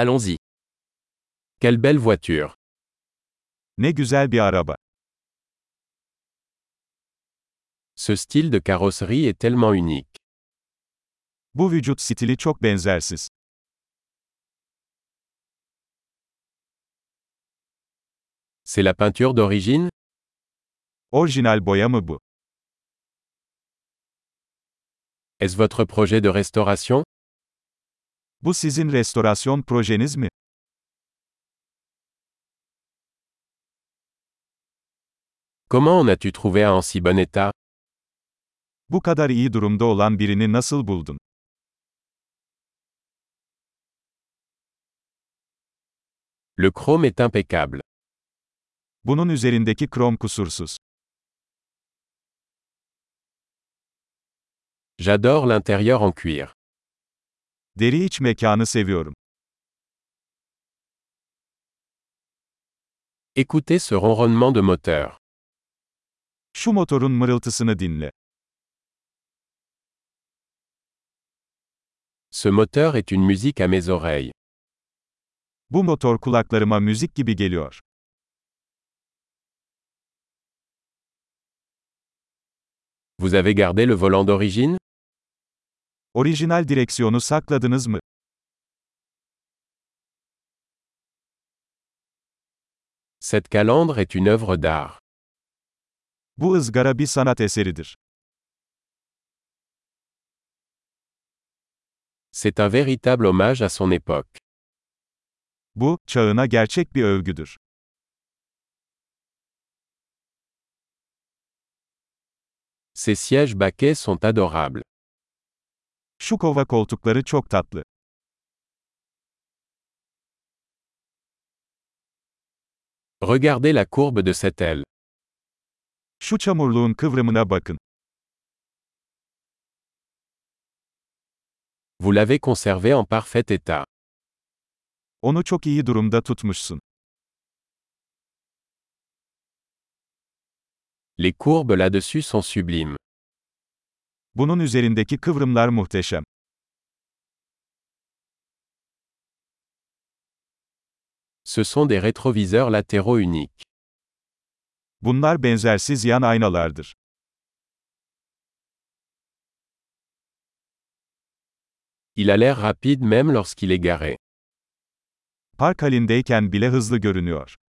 Allons-y. Quelle belle voiture. Ne güzel bir araba. Ce style de carrosserie est tellement unique. Bu vücut stili çok benzersiz. C'est la peinture d'origine Orijinal boya mı bu? Est-ce votre projet de restauration Bu sizin restorasyon projeniz mi? Comment en as-tu trouvé un en si bon état Bu kadar iyi durumda olan birini nasıl buldun? Le chrome est impeccable. Bunun üzerindeki krom kusursuz. J'adore l'intérieur en cuir. Deri iç mekanı seviyorum. Écoutez ce ronronnement de moteur. Şu motorun mırıltısını dinle. Ce moteur est une musique à mes oreilles. Bu motor kulaklarıma müzik gibi geliyor. Vous avez gardé le volant d'origine Orijinal direksiyonu sakladınız mı? Cette calandre est une œuvre d'art. Bu ızgara bir sanat eseridir. C'est un véritable hommage à son époque. Bu, çağına gerçek bir övgüdür. Ces sièges baquets sont adorables. Şu kova koltukları çok tatlı. Regardez la courbe de cette aile. Şu çamurluğun kıvrımına bakın. Vous l'avez conservé en parfait état. Onu çok iyi durumda tutmuşsun. Les courbes là-dessus sont sublimes. Bunun üzerindeki kıvrımlar muhteşem. Ce sont des rétroviseurs latéraux uniques. Bunlar benzersiz yan aynalardır. Il a l'air rapide même lorsqu'il est garé. Park halindeyken bile hızlı görünüyor.